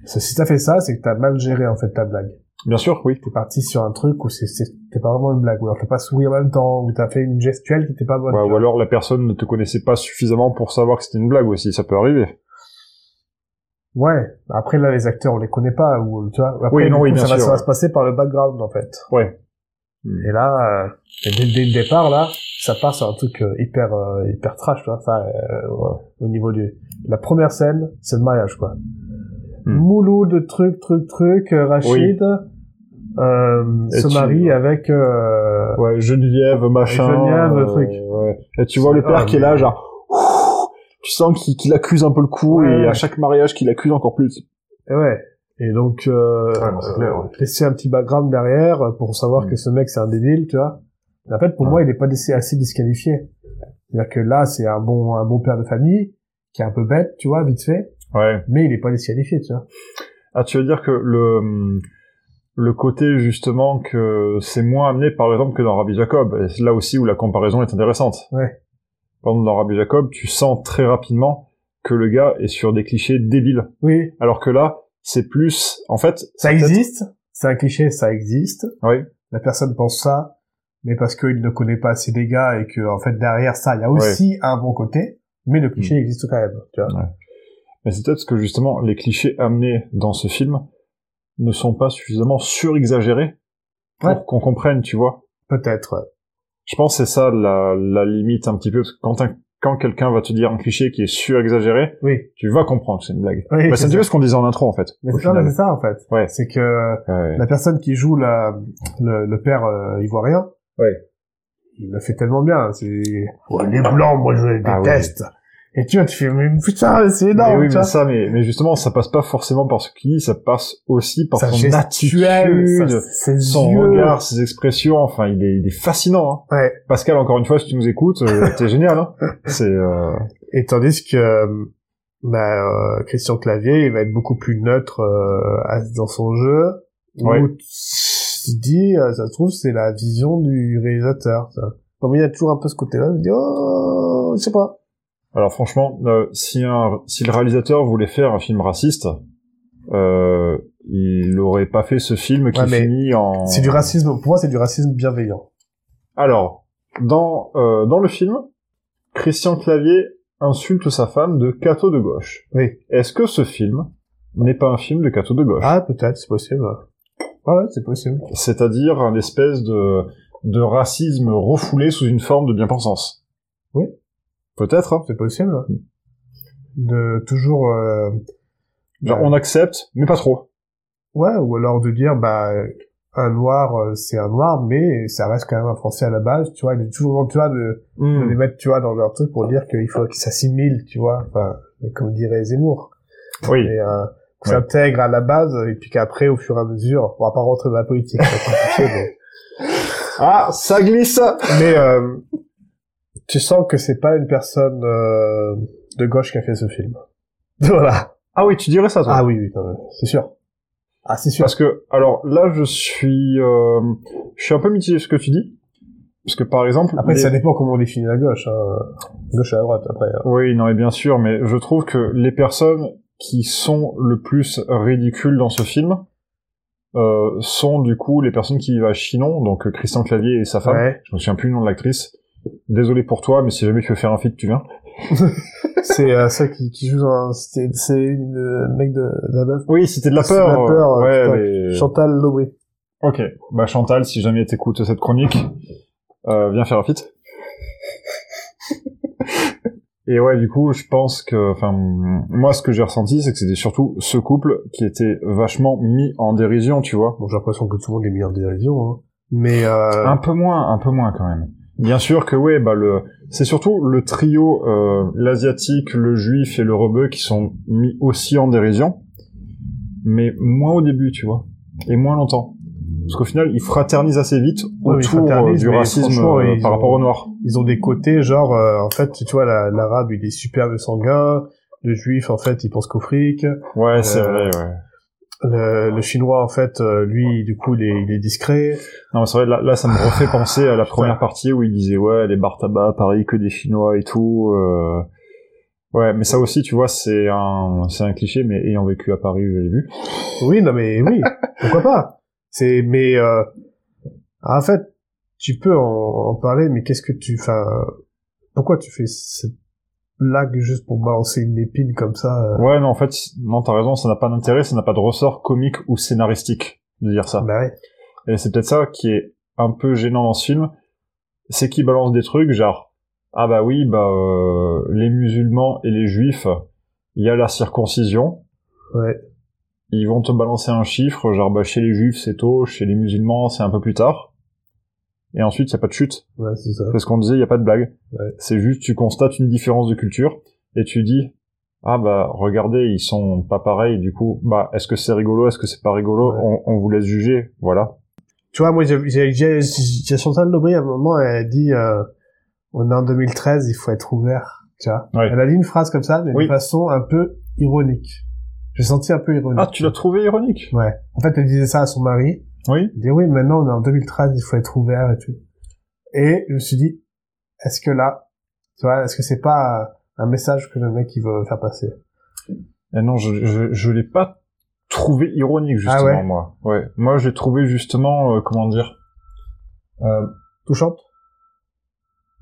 Parce que Si t'as fait ça, c'est que t'as mal géré en fait ta blague. Bien sûr, oui. T'es parti sur un truc où c'est- c'est- c'était pas vraiment une blague, ou alors t'as pas souri en même temps, ou t'as fait une gestuelle qui était pas bonne. Ouais, tu ou vois. alors la personne ne te connaissait pas suffisamment pour savoir que c'était une blague aussi, ça peut arriver. Ouais. Après là, les acteurs, on les connaît pas ou tu vois. Après, Oui, du non, coup, oui, bien ça, va, sûr, ça va ouais. se passer par le background en fait. Ouais. Et là, euh, et dès, dès le départ là, ça part sur un truc euh, hyper euh, hyper trash, tu vois. Ça, euh, au niveau du la première scène, c'est le mariage quoi. Hmm. Mouloud, truc, truc, truc, euh, Rachid euh, Et se tu- marie avec. Euh, Ouais, Geneviève, machin. euh, Geneviève, truc. ouais. Et tu vois le Ah, père qui est là, genre, ouh, tu sens qu'il qu'il accuse un peu le coup, Ouais, et ouais. à chaque mariage, qu'il accuse encore plus. Et Eh ouais. Et donc, euh, Ouais, non, c'est clair, ouais. laisser un petit background derrière euh, pour savoir Mm. que ce mec c'est un débile, tu vois. En fait, pour moi, il est pas assez assez disqualifié. C'est-à-dire que là, c'est un bon, un bon père de famille qui est un peu bête, tu vois, vite fait, Ouais. mais il est pas disqualifié, tu vois. Ah, tu veux dire que le, le côté, justement, que c'est moins amené, par exemple, que dans Rabbi Jacob. Et c'est là aussi où la comparaison est intéressante. Ouais. Par exemple, dans Rabbi Jacob, tu sens très rapidement que le gars est sur des clichés débiles. Oui, Alors que là, c'est plus, en fait, ça c'est peut-être- existe, c'est un cliché, ça existe. Oui. La personne pense ça, mais parce qu'il ne connaît pas assez les gars et que, en fait, derrière ça, il y a aussi un bon côté, mais le cliché existe quand même, tu vois. Mais c'est peut-être parce que justement les clichés amenés dans ce film ne sont pas suffisamment surexagérés pour Ouais. qu'on comprenne, tu vois. Peut-être, ouais. Je pense que c'est ça la, la limite un petit peu, parce que quand, un- quand quelqu'un va te dire un cliché qui est surexagéré, Oui. tu vas comprendre que c'est une blague. Oui, Bah, c'est c'est un petit ça. peu ce qu'on disait en intro en fait. Mais au c'est non, mais final. c'est ça, en fait. Ouais. C'est que, Ouais. la personne qui joue la, le, le père euh, ivoirien, Ouais. il le fait tellement bien. C'est Ouais, les blancs, moi je les Ah oui. déteste. Et tu vois, tu fais mais putain, c'est Mais énorme. oui, tu mais vois. ça, mais, mais justement, ça passe pas forcément par ce qu'il dit, ça passe aussi par Sa son gestuelle, attitude, sa- ses son yeux. regard, ses expressions, enfin, il est, il est fascinant. hein. Ouais. Pascal, encore une fois, si tu nous écoutes, euh, t'es génial. Hein. C'est euh, Et tandis que euh, bah, euh, Christian Clavier, il va être beaucoup plus neutre euh, à- dans son jeu. Ouais. Où tu tu dis, euh, ça se trouve, c'est la vision du réalisateur. ça. Non, mais il y a toujours un peu ce côté-là. Je me dis, oh, je sais pas. Alors franchement, euh, si, un, si le réalisateur voulait faire un film raciste, euh, il aurait pas fait ce film qui Ouais, mais finit en. C'est du racisme. Pour moi, c'est du racisme bienveillant. Alors dans euh, dans le film, Christian Clavier insulte sa femme de cateau de gauche. Oui. Est-ce que ce film n'est pas un film de cateau de gauche Ah, peut-être, c'est possible. Ouais, ouais, c'est possible. C'est-à-dire un espèce de de racisme refoulé sous une forme de bien-pensance. Oui. Peut-être. hein. C'est possible. De toujours... euh, Genre, Ouais. on accepte, mais pas trop. Ouais, ou alors de dire, bah, un noir, euh, c'est un noir, mais ça reste quand même un français à la base, tu vois. Il est toujours, tu vois, de, Hmm. de les mettre, tu vois, dans leur truc pour dire qu'il faut qu'ils s'assimilent, tu vois. Enfin, comme dirait Zemmour. Oui. Et, euh, qu'on s'intègre à la base, et puis qu'après, au fur et à mesure, on va pas rentrer dans la politique. c'est compliqué, mais- Ah, ça glisse. Mais euh, tu sens que c'est pas une personne euh, de gauche qui a fait ce film. Voilà. Ah oui, tu dirais ça, toi. Ah oui, oui, quand même. c'est sûr. Ah, c'est sûr. Parce que, alors là, je suis, euh, je suis un peu mitigé sur ce que tu dis, parce que par exemple, Après, les- ça dépend comment on définit la gauche. Hein. Gauche à la droite, après. hein. oui, non, mais bien sûr, mais je trouve que les personnes qui sont le plus ridicules dans ce film euh, sont du coup les personnes qui vivent à Chinon, donc euh, Christian Clavier et sa femme. Ouais. Je me souviens plus le nom de l'actrice. Désolé pour toi, mais si jamais tu veux faire un feat, tu viens. c'est euh, ça qui, qui joue dans... un- C'est c'est une euh, mec de, de la meuf. Oui, c'était de la C'est peur. de la peur, euh, ouais, putain. mais- Chantal Lobé. Ok, bah Chantal, si jamais t'écoutes cette chronique, euh, viens faire un feat. Et ouais, du coup, je pense que, enfin, moi, ce que j'ai ressenti, c'est que c'était surtout ce couple qui était vachement mis en dérision, tu vois. Bon, j'ai l'impression que tout le monde est mis en dérision. Hein. Mais... Euh... Un peu moins, un peu moins quand même. Bien sûr que ouais, bah le, c'est surtout le trio, euh, l'asiatique, le juif et le rebeu qui sont mis aussi en dérision, mais moins au début, tu vois, et moins longtemps. Parce qu'au final, ils fraternisent assez vite Ouais, mais ils autour euh, fraternisent, du mais racisme franchement, euh, ils par ont- rapport aux noirs. ils ont des côtés genre euh, en fait tu vois la- l'arabe il est super de sanguin le juif en fait il pense qu'au fric Ouais, c'est Euh, vrai. Ouais. le, le chinois en fait euh, lui du coup il est, il est discret Non, mais c'est vrai. Là, là, ça me refait penser à la première partie où il disait ouais, les bars tabac, Paris, que des Chinois et tout. euh, Ouais, mais ça aussi, tu vois, c'est un, c'est un cliché, mais ayant vécu à Paris, je l'ai vu. oui non mais oui pourquoi pas c'est mais euh, en fait tu peux en, en parler mais qu'est-ce que tu enfin pourquoi tu fais cette blague juste pour balancer une épine comme ça. euh, Ouais, non, en fait, non, t'as raison, ça n'a pas d'intérêt, ça n'a pas de ressort comique ou scénaristique de dire ça. bah ouais. Et c'est peut-être ça qui est un peu gênant dans ce film, c'est qu'il balance des trucs genre ah bah oui bah euh, les musulmans et les juifs, il y a la circoncision, Ouais. ils vont te balancer un chiffre genre bah chez les juifs c'est tôt, chez les musulmans c'est un peu plus tard. Et ensuite, il n'y a pas de chute. Ouais, c'est ça. Parce qu'on disait, il n'y a pas de blague. Ouais. C'est juste, tu constates une différence de culture et tu dis, ah bah, regardez, ils sont pas pareils, du coup, bah, est-ce que c'est rigolo, est-ce que c'est pas rigolo, Ouais. on, on vous laisse juger, voilà. Tu vois, moi, j'ai- j'ai j'ai- j'ai Chantal Lobry, à un moment, elle a dit, euh, on est en 2013, il faut être ouvert, tu vois. Ouais. Elle a dit une phrase comme ça, mais Oui. de façon un peu ironique. J'ai senti un peu ironique. Ah, tu l'as trouvé ironique Ouais. En fait, elle disait ça à son mari. Oui. Elle dit, oui, maintenant, on est en 2013, il faut être ouvert et tout. Et je me suis dit, est-ce que là, tu vois, est-ce que c'est pas euh, un message que le mec, il veut faire passer? Eh non, je, je, je l'ai pas trouvé ironique, justement, Ah ouais moi. Ouais. Moi, je l'ai trouvé, justement, euh, comment dire euh, Touchante?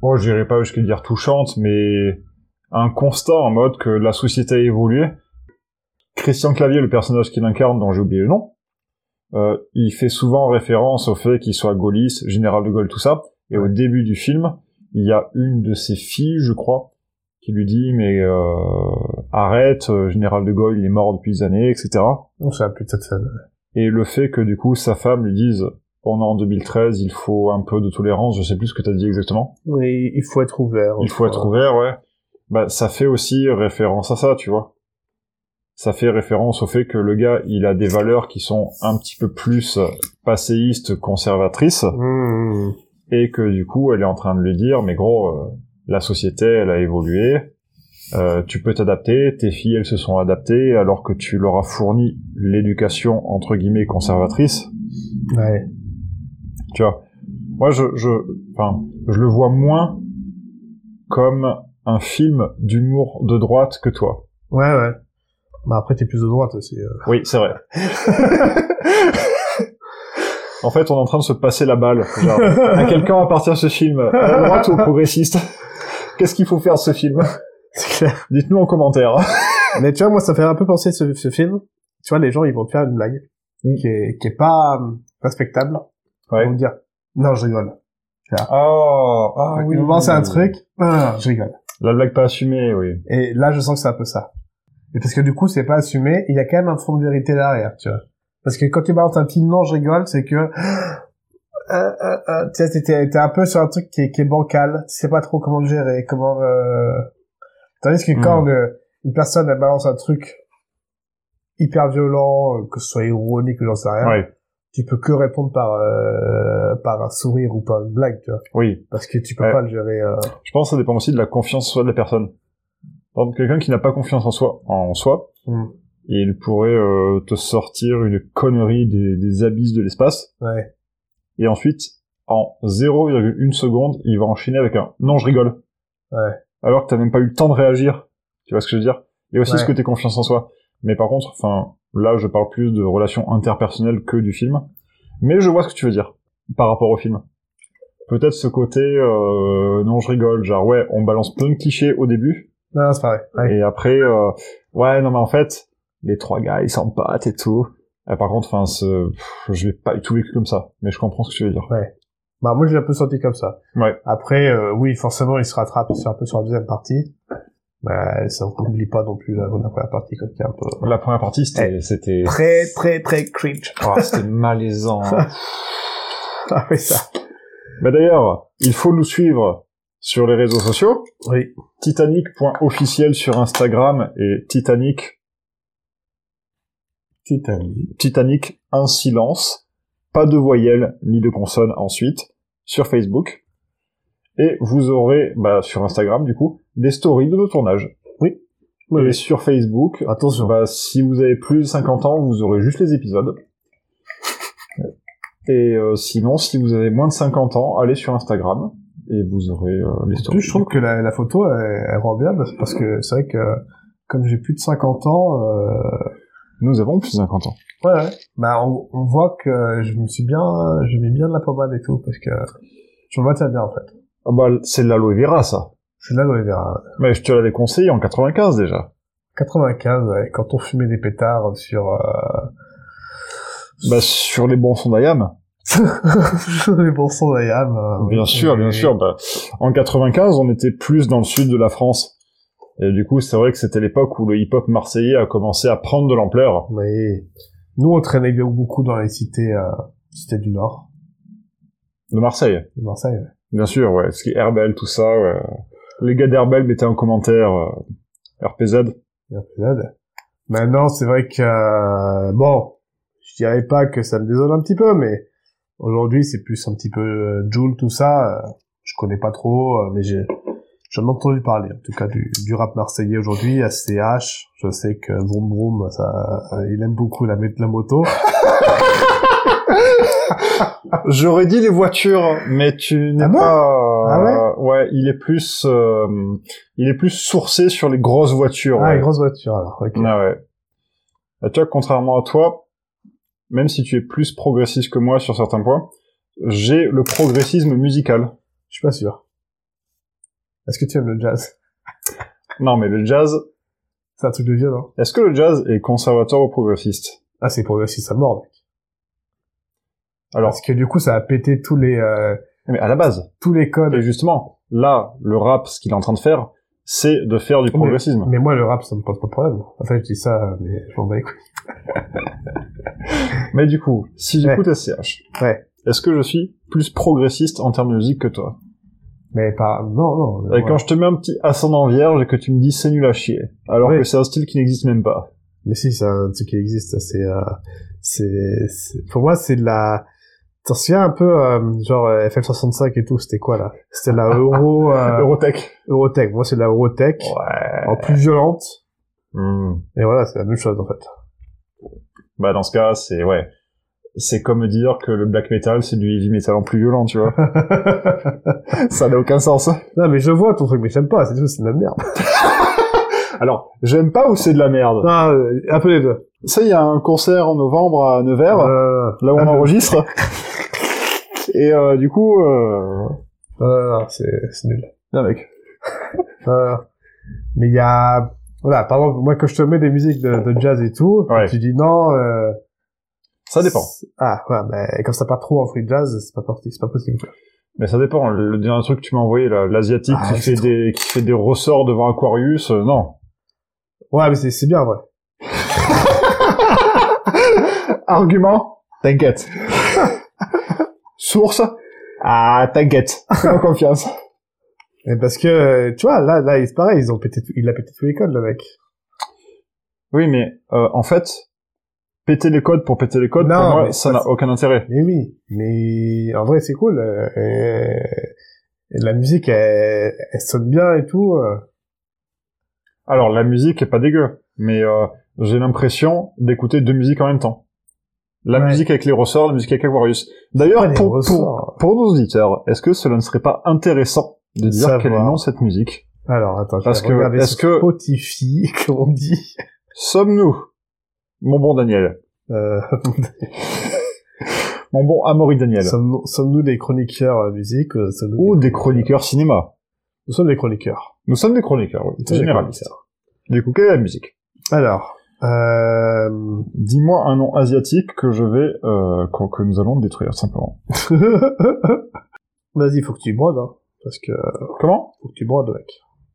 Oh, j'irai pas jusqu'à dire touchante, mais un constat en mode que la société a évolué. Christian Clavier, le personnage qu'il incarne, dont j'ai oublié le nom, euh, il fait souvent référence au fait qu'il soit gaulliste, général de Gaulle, tout ça. Et au début du film, il y a une de ses filles, je crois, qui lui dit mais euh, arrête, euh, général de Gaulle, il est mort depuis des années, etc. On ça plus de ça. Et le fait que du coup sa femme lui dise on est en 2013, il faut un peu de tolérance, je sais plus ce que t'as dit exactement. Oui, il faut être ouvert. Il faut être ouvert, ouais. Bah, ça fait aussi référence à ça, tu vois. Ça fait référence au fait que le gars, il a des valeurs qui sont un petit peu plus euh, passéistes, conservatrices, Mmh. et que du coup, elle est en train de lui dire, mais gros, euh, la société, elle a évolué, euh, tu peux t'adapter, tes filles, elles se sont adaptées, alors que tu leur as fourni l'éducation, entre guillemets, conservatrice, mmh. Ouais. tu vois. Moi, je, je, enfin, je le vois moins comme un film d'humour de droite que toi. Ouais, ouais. Bah après, t'es plus de droite aussi. euh. Oui, c'est vrai. en fait, on est en train de se passer la balle. Genre, à quelqu'un appartient ce film À la droite ou aux progressistes Qu'est-ce qu'il faut faire de ce film C'est clair. Dites-nous en commentaire. Mais tu vois, moi, ça fait un peu penser ce, ce film. Tu vois, les gens, ils vont te faire une blague qui, est, qui est pas euh, respectable. Ouais. Ils vont te dire, non, je rigole. Oh, ah ils vont penser à un truc, non, non, non, je rigole. La blague pas assumée, oui. Et là, je sens que c'est un peu ça. Et parce que du coup, c'est pas assumé, il y a quand même un fond de vérité derrière, tu vois. Parce que quand tu balances un petit non, je rigole, c'est que, euh, euh, euh, tu sais, t'es- t'es t'es un peu sur un truc qui est, qui est bancal, tu sais pas trop comment le gérer, comment, euh... Tandis que Hmm. quand le- une personne, elle balance un truc hyper violent, euh, que ce soit ironique ou j'en sais rien, Ouais. tu peux que répondre par, euh, par un sourire ou par une blague, tu vois. Oui. Parce que tu peux Ouais. pas le gérer, euh... Je pense que ça dépend aussi de la confiance en soi de la personne. Par exemple, quelqu'un qui n'a pas confiance en soi, en soi, Mm. il pourrait euh, te sortir une connerie des, des abysses de l'espace, ouais. et ensuite, en 0,1 seconde, il va enchaîner avec un « non, je rigole Ouais. alors que t'as même pas eu le temps de réagir. Tu vois ce que je veux dire Et aussi Ouais. ce côté confiance en soi. Mais par contre, enfin, là, je parle plus de relations interpersonnelles que du film, mais je vois ce que tu veux dire par rapport au film. Peut-être ce côté, euh, non, je rigole, genre ouais, on balance plein de clichés au début, Non, non, c'est pas vrai. Ouais. et après, euh, ouais, non, mais en fait, les trois gars, ils s'empattent et tout. Euh, par contre, enfin, ce- pff, je l'ai pas du tout vécu comme ça, mais je comprends ce que tu veux dire. Bah moi je l'ai un peu senti comme ça. Ouais. Après euh, oui forcément il se rattrape sur un peu sur la deuxième partie. Mais ça on n'oublie pas non plus la, la première partie quand qui est un peu euh, La première partie, c'était, c'était, très très très cringe. oh, c'était malaisant. Ah oui ça. mais d'ailleurs, il faut nous suivre sur les réseaux sociaux. Oui. Titanic.officiel sur Instagram et Titanic, Titanic. Titanic en silence. Pas de voyelle ni de consonne ensuite sur Facebook. Et vous aurez, bah, sur Instagram, du coup, des stories de nos tournages. Oui, Et oui. sur Facebook, Attention. bah, si vous avez plus de 50 ans, vous aurez juste les épisodes. Et euh, sinon, si vous avez moins de 50 ans, allez sur Instagram et vous aurez euh, les En stories. plus, je trouve que la, la photo elle, elle rend bien parce- parce que c'est vrai que comme j'ai plus de 50 ans euh, Nous avons plus de 50 ans. ouais, ouais. Bah on, on voit que je me suis bien je mets bien de la pommade et tout parce que je me maintiens bien en fait. Ah bah, c'est de l'aloe vera, ça. Celle-là, on les verra. Mais je te l'avais conseillé en 95 déjà. 95, ouais, quand on fumait des pétards sur... Euh... Bah, sur les bons sons d'Ayam. sur les bourses d'Ayam. euh, bien oui. sûr, bien Et- sûr. Bah, en 95, on était plus dans le sud de la France. Et du coup, c'est vrai que c'était l'époque où le hip-hop marseillais a commencé à prendre de l'ampleur. Mais nous, on traînait beaucoup dans les cités, euh, cités du Nord, De Marseille. de Marseille. ouais. Bien sûr, ouais. Ce qui est Herbel, tout ça, ouais. Les gars d'Herbel mettaient un commentaire, euh, RPZ. Il y a un peu d'aide. Maintenant, c'est vrai que, euh, bon, je dirais pas que ça me désole un petit peu, mais aujourd'hui, c'est plus un petit peu euh, Joule, tout ça. euh, je connais pas trop, euh, mais j'ai, j'en ai entendu parler, en tout cas, du, du rap marseillais aujourd'hui, ACH. Je sais que Vroom Vroom, ça, euh, il aime beaucoup la, mé- la moto. Ah, J'aurais dit les voitures, mais tu n'es Ah bon pas. Ah ouais. il est plus, euh, il est plus sourcé sur les grosses voitures. Ah, ouais. une grosse voiture, alors, ok. Ah ouais. Et tu vois, contrairement à toi, même si tu es plus progressiste que moi sur certains points, j'ai le progressisme musical. Je suis pas sûr. Est-ce que tu aimes le jazz? Non, mais le jazz, C'est un truc de vieux, non? est-ce que le jazz est conservateur ou progressiste Ah, c'est progressiste à mort, mec. Alors, Parce que du coup, ça a pété tous les, euh, mais à la base. tous les codes. Et justement, là, le rap, ce qu'il est en train de faire, c'est de faire du progressisme. Mais moi, le rap, ça me pose pas de problème. En fait, je dis ça, mais je m'en bats les couilles. Mais du coup, si Ouais. j'écoute SCH, Ouais. est-ce que je suis plus progressiste en termes de musique que toi Mais pas, non, non. Et voilà. Quand je te mets un petit ascendant vierge et que tu me dis c'est nul à chier, alors Ouais. que c'est un style qui n'existe même pas. Mais si, c'est un truc qui existe, ça, c'est, euh, c'est, c'est- pour moi, c'est de la, t'en souviens un peu, euh, genre, euh, FL65 et tout, c'était quoi, là? C'était la Euro, euh, Eurotech. Eurotech. Moi, c'est de la Eurotech. Ouais. En plus violente. Hmm. Et voilà, c'est la même chose, en fait. Bah dans ce cas, c'est ouais. C'est comme dire que le black metal c'est du heavy metal en plus violent, tu vois. Ça n'a aucun sens. non, mais je vois ton truc, mais j'aime pas, c'est tout, c'est de la merde. Alors, j'aime pas ou c'est de la merde. Non, euh, un peu les deux. Ça, il y a un concert en novembre à Nevers, Euh, là où ah, on le- enregistre. Et euh, du coup, euh... Non, non, non, c'est, c'est nul. viens, mec. Euh, mais il y a voilà par exemple moi quand je te mets des musiques de, de jazz et tout Ouais. tu dis non euh, Ça dépend. c'est- ah ouais mais comme ça pas trop en free jazz c'est pas parti c'est pas possible Mais ça dépend. Le le dernier truc que tu m'as envoyé, là, l'asiatique Ah, qui c'est fait des qui fait des ressorts devant Aquarius, euh, non. ouais mais c'est c'est bien ouais Argument, t'inquiète. Source, ah t'inquiète, fais-moi confiance. mais parce que euh, tu vois là là c'est pareil ils ont pété tout- il a pété tous les codes le mec Oui, mais euh, en fait, péter les codes pour péter les codes, Non, pour moi, mais ça ça, n'a c'est- aucun intérêt. mais oui mais en vrai c'est cool euh, et- et la musique elle, elle sonne bien et tout euh. Alors la musique est pas dégueu, mais euh, j'ai l'impression d'écouter deux musiques en même temps. La Ouais. musique avec les ressorts, la musique avec Aquarius. D'ailleurs, Ouais, les pour, pour, ressorts. pour nos auditeurs, est-ce que cela ne serait pas intéressant de dire Savoir. quel est le nom de cette musique alors attends je Parce vais que- regarder est-ce sur que- Spotify comme on dit Sommes-nous, mon bon Daniel, euh, mon bon Amaury Daniel, sommes-nous sommes-nous des chroniqueurs euh, musique euh, sommes-nous ou des chroniqueurs cinéma Nous sommes des chroniqueurs. Nous sommes des chroniqueurs, oui. Nous sommes des Généralistes. Du coup, quelle est la musique Alors, euh... Dis-moi un nom asiatique que je vais, euh, qu'on- que nous allons détruire, simplement. vas-y, faut que tu brodes, hein, parce que Comment faut que tu brodes, mec.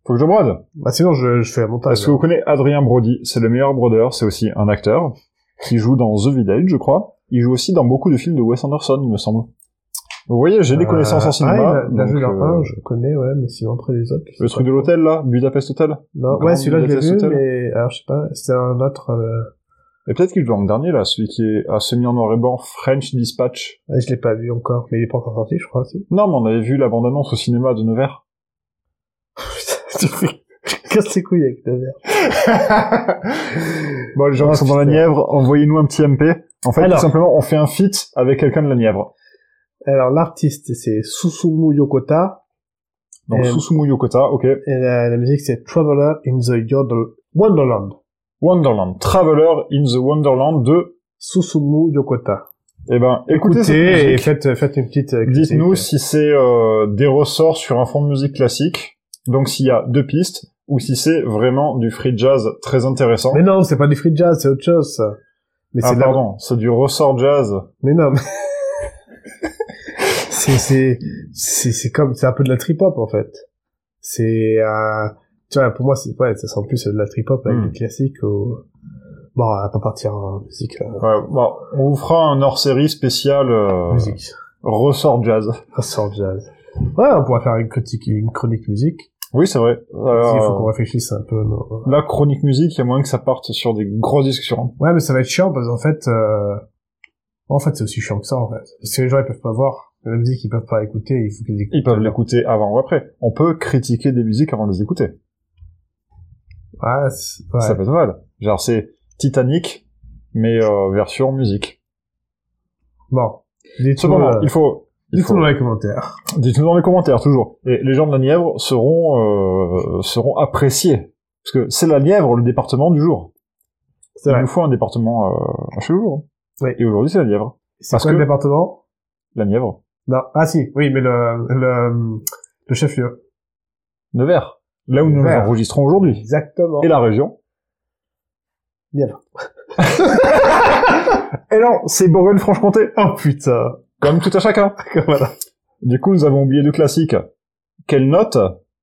Faut que je brode. Bah sinon, je, je fais la montage. hein. Est-ce que vous connaissez Adrien Brody C'est le meilleur brodeur, c'est aussi un acteur qui joue dans The Village, je crois. Il joue aussi dans beaucoup de films de Wes Anderson, il me semble. Vous voyez, j'ai des connaissances en cinéma. Euh, Ah, donc, il a- il a joué dans euh, un, je connais, ouais, mais sinon après les autres. je sais le truc pas. de l'hôtel, là, Budapest Hotel. Non, Grand ouais, celui-là je l'ai Budapest vu, Hotel. mais alors je sais pas, c'était un autre. euh, Et peut-être qu'il joue dans le dernier, là, celui qui est à semi en noir et blanc, French Dispatch. ouais, Je l'ai pas vu encore, mais il est pas encore sorti, je crois aussi. Non, mais on avait vu la bande-annonce au cinéma de Nevers. Putain, tu fais- tu casses les couilles avec ta merde. Bon, les gens Ah, qui sont dans la putain. Nièvre, envoyez-nous un petit MP. En fait, Alors. tout simplement, on fait un feat avec quelqu'un de la Nièvre. Alors l'artiste c'est Susumu Yokota Donc, Euh. Susumu Yokota, ok. et la, la musique c'est Traveler in the Yodel- Wonderland. Wonderland. Traveler in the Wonderland de... Susumu Yokota. Eh ben, écoutez, Écoutez cette et musique. faites, faites une petite euh, critique. Dites-nous si c'est euh, des ressorts sur un fond de musique classique, Donc s'il y a deux pistes, ou si c'est vraiment du free jazz très intéressant. Mais non, c'est pas du free jazz, c'est autre chose. ça. Mais ah c'est la- Euh. pardon, c'est du ressort jazz. Mais non. mais- c'est c'est c'est c'est comme c'est un peu de la trip hop en fait. C'est euh, tu vois pour moi c'est ouais ça sent plus de la trip hop avec Mm. du classique ou bon on va pas partir en musique euh, Ouais, bon, on vous fera un hors-série spécial euh, musique ressort jazz. ressort Ah, jazz. Ouais on pourra faire une critique une chronique musique. Oui, c'est vrai. Il faut Alors, qu'on réfléchisse un peu. euh, non. la chronique musique, il y a moyen que ça parte sur des grosses discussions. Ouais mais ça va être chiant parce qu'en fait euh, en fait c'est aussi chiant que ça en fait parce que les gens ils peuvent pas voir la musique ils peuvent pas écouter il faut qu'ils écoutent. Ils peuvent l'écouter avant ou après. On peut critiquer des musiques avant de les écouter. Ouais, c'est- ouais. Ça peut être pas mal. Genre, c'est Titanic, mais euh, version musique. Bon. Dites-nous, Cependant, euh, il faut... Il dites-nous faut... dans les commentaires. Dites-nous dans les commentaires, toujours. Et les gens de la Nièvre seront, euh, seront appréciés. Parce que c'est la Nièvre, le département du jour. C'est Il vrai. nous faut un département euh, à chaque jour. Oui. Et aujourd'hui, c'est la Nièvre. C'est Parce quoi que- le département La Nièvre. Non. Ah si, oui, mais le, le, le chef-lieu. Nevers. Là où nous Nevers. nous enregistrons aujourd'hui. Exactement. Et la région. Nièvre. Et non, c'est Bourgogne-Franche-Comté. Oh putain. Comme tout à chacun. voilà. Du coup, nous avons oublié deux classiques. Quelle note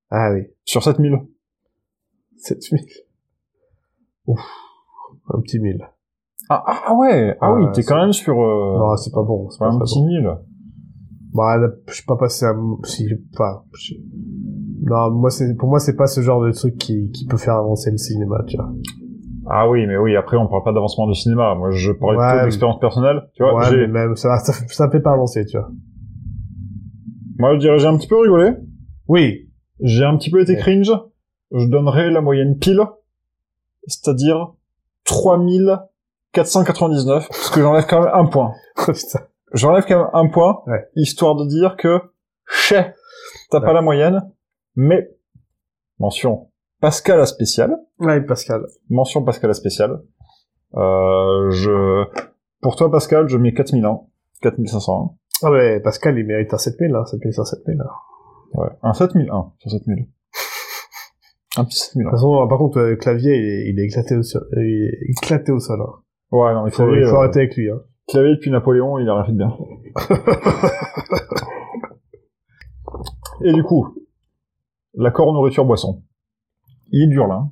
Ah oui. sur 7000 7000. Ouf. Un petit mille. ah, ah, ah ouais Ah oui, Ouais, t'es c'est- quand même sur euh, Non, c'est pas bon. C'est pas, un très petit bon. 1000. Bah, là, je suis pas passé à... Si, enfin, je- Non, moi, c'est, pour moi, c'est pas ce genre de truc qui, qui peut faire avancer le cinéma, tu vois. Ah oui, mais oui, après, on parle pas d'avancement du cinéma. Moi, je parle Ouais, plutôt mais- d'expérience personnelle. Tu vois, ouais, j'ai- mais même, ça, ça, ça fait pas avancer, tu vois. moi, je dirais, j'ai un petit peu rigolé. Oui. J'ai un petit peu été Ouais. cringe. Je donnerais la moyenne pile. C'est-à-dire 3499. Parce que j'enlève quand même un point. Oh, putain. J'enlève quand même un point. Ouais. Histoire de dire que, chais, t'as pas Ouais. la moyenne. Mais, mention, Pascal à spécial. Ouais, Pascal. Mention Pascal à spécial. Euh, je, pour toi, Pascal, je mets 4001. 4501. Ah mais Pascal, il mérite un 7000, hein, 7000 sur 7000. hein. Ouais, un 7001 sur 7000. Un petit 7001. De toute façon, par contre, euh, Clavier, il est, il est éclaté au sol. euh, Il est éclaté au sol. hein. Ouais, non, mais Il faut, Clavier, il faut euh, arrêter avec lui. Hein. Clavier, depuis Napoléon, il a rien fait de bien. Et du coup, l'accord nourriture-boisson. Il est dur, là. hein.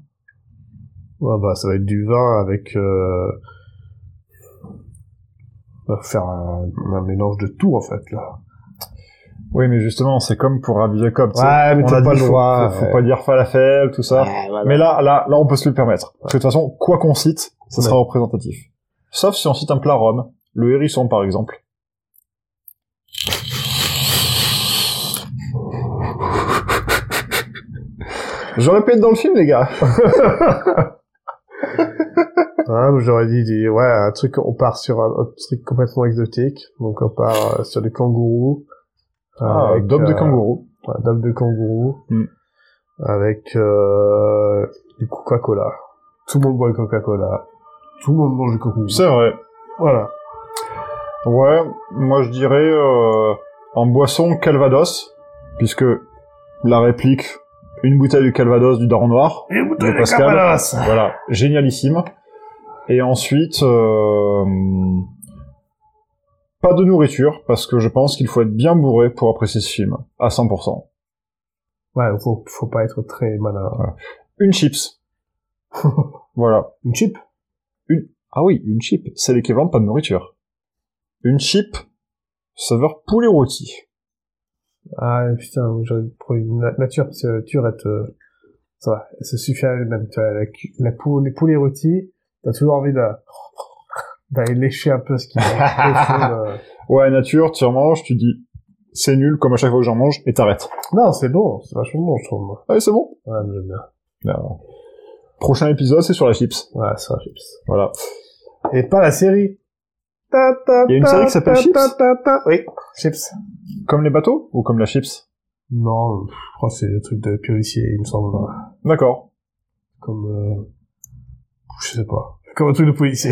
Ouais, bah, ça va être du vin avec... Euh... On va faire un, un mélange de tout, en fait, là. Oui, mais justement, c'est comme pour Rabbi Jacob. tu sais. Ouais, mais On a t'as pas dit, le faut- droit, hein. Faut, faut ouais. pas dire falafel, tout ça. Mais Mais là, là, là, on peut se le permettre. Parce que de toute façon, quoi qu'on cite, ça sera Ouais. représentatif. Sauf si on cite un plat rhum, le hérisson par exemple. J'aurais pu être dans le film, les gars. hein, J'aurais dit, dit, ouais, un truc, on part sur un, autre truc complètement exotique. Donc, on part euh, sur des kangourous. Ah, avec, Dôme de euh, kangourou. ouais, Dame de kangourou. Mm. Avec euh, du Coca-Cola. Tout le monde boit du Coca-Cola. Tout le monde mange du Coca-Cola. C'est vrai. Voilà. Ouais, moi je dirais euh, en boisson Calvados, puisque la réplique, une bouteille de Calvados du Daron Noir. de Pascal. Voilà, génialissime. Et ensuite, euh, pas de nourriture, parce que je pense qu'il faut être bien bourré pour apprécier ce film, à 100%. Ouais, faut, faut pas être très malin. Une chips. voilà. Une chip Ah oui, une chip, c'est l'équivalent de pas de nourriture. Une chip, saveur poulet rôti. Ah putain, j'aurais pris une na- nature, parce que la nature, elle te... Ça va, elle se suffit à elle-même. Tu vois, la, cu- la pou- les poulets rôtis, t'as toujours envie d'a- d'aller lécher un peu ce qui est au fond, euh. Ouais, nature, tu en manges, tu dis, c'est nul, comme à chaque fois que j'en mange, et t'arrêtes. Non, c'est bon, c'est vachement bon, je trouve. moi. Allez, c'est bon. Ouais, mais j'aime bien. Alors, Prochain épisode, c'est sur la chips. Ouais, c'est un chips. Voilà. Et pas la série. Il y a une série qui s'appelle Chips Oui, Chips. Comme les bateaux ou comme la chips Non, je crois que c'est des trucs de policier, il me semble. D'accord. Comme... euh, Je sais pas. Comme un truc de policier.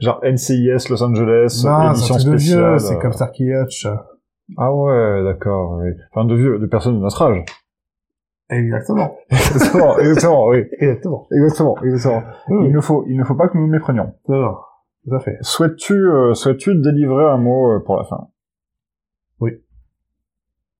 Genre NCIS Los Angeles, Non, c'est un édition truc de spéciale. euh. vieux, c'est comme Starkey Hutch. Ah ouais, d'accord. oui. Enfin, de vieux, de personnes de notre âge. Exactement. exactement, exactement, oui. Exactement. Exactement, exactement. Oui. Il ne faut, il ne faut pas que nous nous méprenions. Non, non. Tout à fait. Souhaites-tu, euh, souhaites-tu délivrer un mot euh, pour la fin